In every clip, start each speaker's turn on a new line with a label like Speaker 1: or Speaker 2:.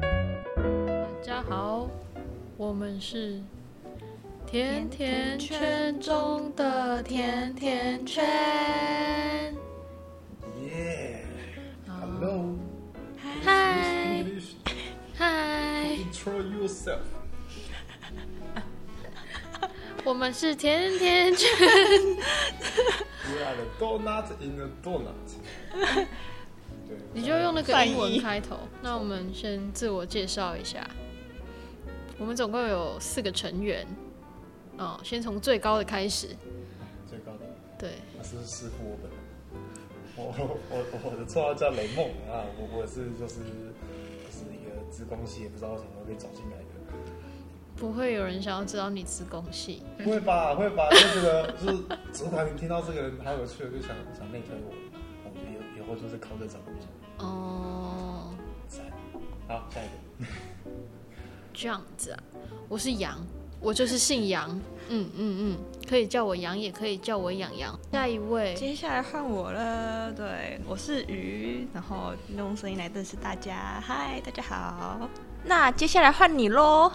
Speaker 1: 大家好，我们是甜甜圈中的甜甜圈。
Speaker 2: Yeah.
Speaker 1: 啊
Speaker 2: Hello.
Speaker 1: 嗨
Speaker 2: English.
Speaker 1: 嗨，
Speaker 2: Intro yourself.
Speaker 1: 我们是甜甜圈。
Speaker 2: You are the donut in the donut. 对，
Speaker 1: 你就用那个
Speaker 3: 翻译
Speaker 1: 英文开头。那我们先自我介绍一下，我们总共有四个成员。哦，先从最高的开始。
Speaker 2: 最高的，
Speaker 1: 对，
Speaker 2: 他是师傅我本人。 我我我的绰号叫雷梦啊，我我是就是就是一个资工系，也不知道为什么会被找进来的。
Speaker 1: 不会有人想要知道你子宫系。
Speaker 2: 不会吧？会吧？就觉得 就是主管听到这个人好有趣，就想想内推我，我觉得以后就是靠这找工作。
Speaker 1: 哦、
Speaker 2: 赞。好，下一个。
Speaker 1: 这样子啊，我是羊，我就是姓杨。嗯嗯嗯，可以叫我羊，也可以叫我养羊。下一位，
Speaker 3: 接下来换我了，对，我是鱼，然后用声音来认识大家，嗨，大家好。那接下来换你喽，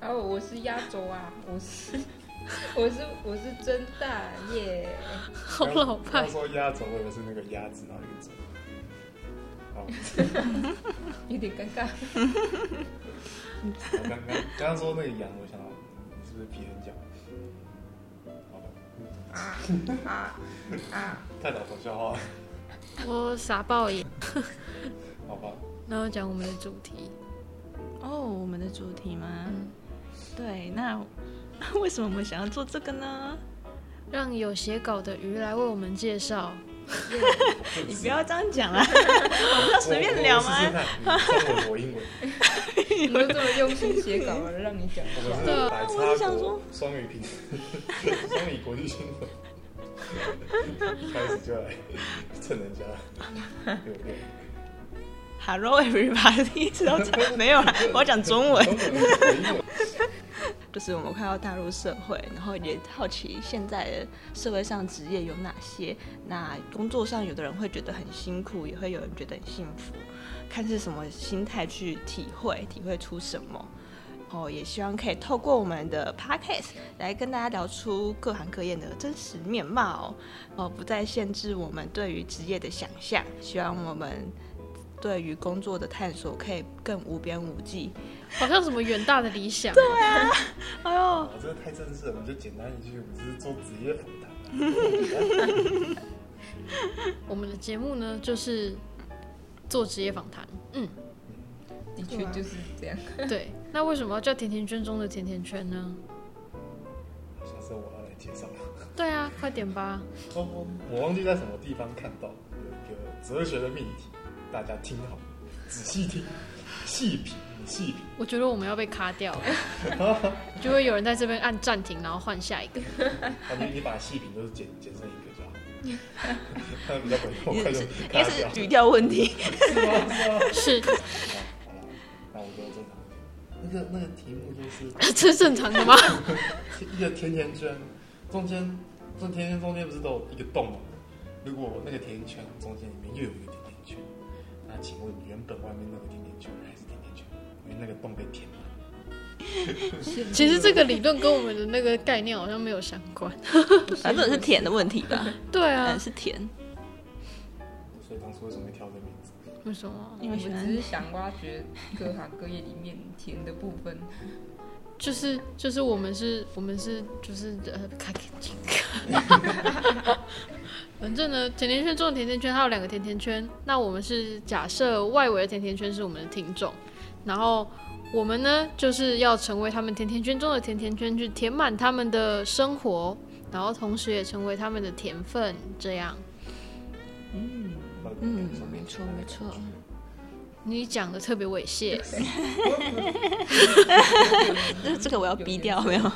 Speaker 4: 啊，我是压轴啊，我是 我是我是真大耶
Speaker 1: 好老派
Speaker 2: 刚说鸭子，我以为是那个鸭子，然后一哦个走。好，
Speaker 4: 有点尴尬。
Speaker 2: 我刚刚刚刚说那个羊，我想到你是不是皮人讲？嗯好吧，
Speaker 3: 啊
Speaker 2: 太老头笑话了，
Speaker 1: 我傻爆眼，
Speaker 2: 好 吧。
Speaker 1: 然后讲我们的主题。
Speaker 3: 哦，我们的主题吗？
Speaker 4: 嗯
Speaker 3: 对，那为什么我们想要做这个呢？
Speaker 1: 让有写稿的鱼来为我们介绍。
Speaker 3: 你不要这样讲啊 啦，我们要随便聊
Speaker 2: 我我试试
Speaker 3: 吗？
Speaker 2: 看，你中文我英文，
Speaker 4: 你都这么用心写稿了，让你讲。
Speaker 2: 我们
Speaker 1: 对
Speaker 2: 是
Speaker 1: 啊
Speaker 2: 百
Speaker 3: 我是
Speaker 2: 差
Speaker 3: 想
Speaker 2: 国
Speaker 3: 说
Speaker 2: 双语频，双语国际新闻，开始就来蹭人家，有病。
Speaker 3: Hello everybody，知道 讲没有啦，啊我要讲中文。
Speaker 2: 中文我英文，
Speaker 3: 就是我们快要踏入社会，然后也好奇现在的社会上职业有哪些。那工作上，有的人会觉得很辛苦，也会有人觉得很幸福，看是什么心态去体会，体会出什么。哦，也希望可以透过我们 的 podcast 来跟大家聊出各行各业的真实面貌，哦，不再限制我们对于职业的想象。希望我们对于工作的探索可以更无边无际。
Speaker 1: 好像什么远大的理想。欸对，
Speaker 3: 哎呦，
Speaker 2: 我真的太正式了，我们就简单一句，我们只是做职业访谈啊。
Speaker 1: 我们的节目呢就是做职业访谈。嗯，
Speaker 4: 的确
Speaker 3: 啊
Speaker 4: 就是这样。
Speaker 1: 对。那为什么要叫甜甜圈中的甜甜圈呢？
Speaker 2: 下次我要来介绍。
Speaker 1: 对啊，快点吧。
Speaker 2: 我我我忘记在什么地方看到有一个哲学的命题，大家听好，仔细听，细品，细品。
Speaker 1: 我觉得我们要被卡掉了，就会有人在这边按暂停，然后换下一个。
Speaker 2: 啊，你你把细品都是简简成一个就好，那比较稳妥，
Speaker 3: 也
Speaker 2: 快就是卡
Speaker 3: 也是
Speaker 2: 掉。
Speaker 3: 语调问题。
Speaker 2: 是吗？是吗？
Speaker 1: 是，
Speaker 2: 好了，那我就正常一点。那个那个题目就是
Speaker 1: 这是正常的吗？
Speaker 2: 一个甜甜圈，中间这甜甜中间不是都有一个洞吗？如果那个甜甜圈中间里面又有一个甜甜圈，那请问原本外面那个甜甜圈还是甜甜圈？因为那个洞被填满。
Speaker 1: 其实这个理论跟我们的那个概念好像没有相关。
Speaker 3: 反啊正是甜的问题吧，
Speaker 1: 对
Speaker 3: 嗯，
Speaker 1: 啊，
Speaker 3: 是甜。
Speaker 2: 所以当初为什么会挑这名字？
Speaker 1: 为什么？
Speaker 3: 因
Speaker 4: 我
Speaker 3: 为喜
Speaker 4: 只
Speaker 3: 欢
Speaker 4: 是想挖掘各行各业里面甜的部分。
Speaker 1: 就是就是我们是，我们是就是呃，开开机。 反正呢，甜甜圈中的甜甜圈还有两个甜甜圈。那我们是假设外围的甜甜圈是我们的听众，然后我们呢就是要成为他们甜甜圈中的甜甜圈，去填满他们的生活，然后同时也成为他们的甜分。这样，
Speaker 4: 嗯，
Speaker 3: 嗯，没错没错。
Speaker 1: 你讲的特别猥亵。
Speaker 3: 这这个我要逼掉没有？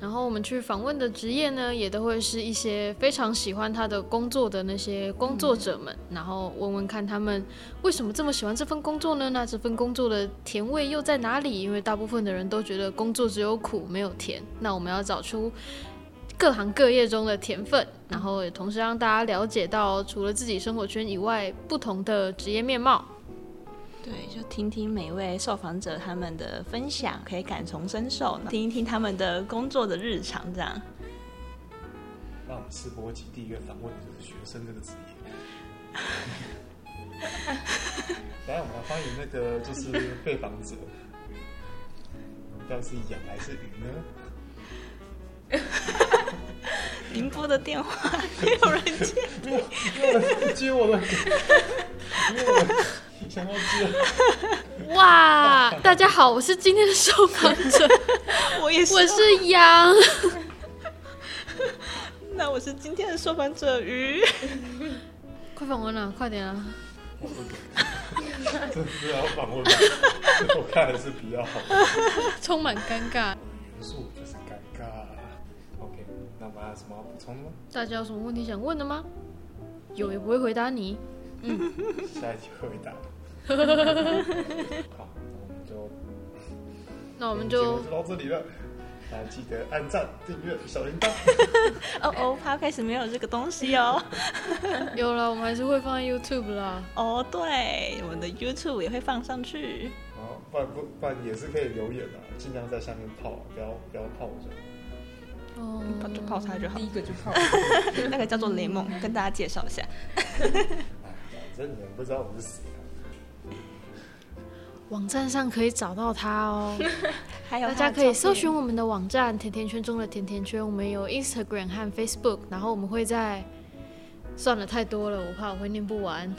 Speaker 1: 然后我们去访问的职业呢，也都会是一些非常喜欢他的工作的那些工作者们，然后问问看他们为什么这么喜欢这份工作呢？那这份工作的甜味又在哪里？因为大部分的人都觉得工作只有苦没有甜，那我们要找出各行各业中的甜分，然后也同时让大家了解到除了自己生活圈以外不同的职业面貌。
Speaker 3: 对，就听听每位受访者他们的分享，可以感同身受，听一听他们的工作的日常，这样。
Speaker 2: 让我们试播集第一个访问的就是学生这个职业。 来，我们欢迎那个就是被访者，要是羊还是鱼呢？
Speaker 3: 您拨的电话没有人接，
Speaker 2: 接我的，接我的，想要接。
Speaker 1: 嗯哇，大家好，我是今天的受访 者，
Speaker 3: 我也是。
Speaker 1: 我是羊。
Speaker 3: 那我是今天的受访者鱼。
Speaker 1: 快访问了，快点啊！
Speaker 2: 真的要访问吗？我看还是比较好。
Speaker 1: 充满尴尬。
Speaker 2: 元素就是尴尬。OK，那我们还有什么要补充的吗？
Speaker 1: 大家有什么问题想问的吗？有也不会回答你。
Speaker 2: 下一题回答。好，那我们就
Speaker 1: 那
Speaker 2: 我
Speaker 1: 我们就
Speaker 2: 就到这里了。大家记得按赞、订阅、小铃铛。
Speaker 3: 哦哦，Podcast 没有这个东西哦。
Speaker 1: 有了，我们还是会放在 YouTube 啦。
Speaker 3: 哦，对，我们的 YouTube 也会放上去。
Speaker 2: 好，不然不不然也是可以留言的、啊，尽量在下面泡，啊不要不要泡我这样。
Speaker 1: 哦，
Speaker 3: 泡就泡它就 好
Speaker 4: 第，一个就泡。
Speaker 3: 那个叫做雷梦，跟大家介绍一下。
Speaker 2: 哎，反正你们不知道我是谁啊。
Speaker 1: 网站上可以找到它哦。
Speaker 3: 还有
Speaker 1: 大家可以搜寻我们的网站“甜甜圈中的甜甜圈”，我们有 Instagram 和 Facebook，然后我们会在。算了，太多了，我怕我会念不完。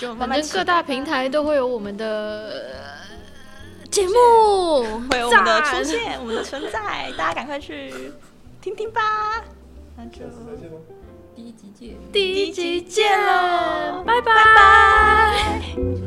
Speaker 3: 就
Speaker 1: 反
Speaker 3: 慢慢
Speaker 1: 正各大平台都会有我们的呃节目，
Speaker 3: 会有我们的
Speaker 1: 赞
Speaker 3: 出现，我们的存在，大家赶快去听听吧。那就
Speaker 2: 下次再见喽。
Speaker 4: 第一集见。
Speaker 1: 第一集见喽，拜拜。
Speaker 3: 拜拜。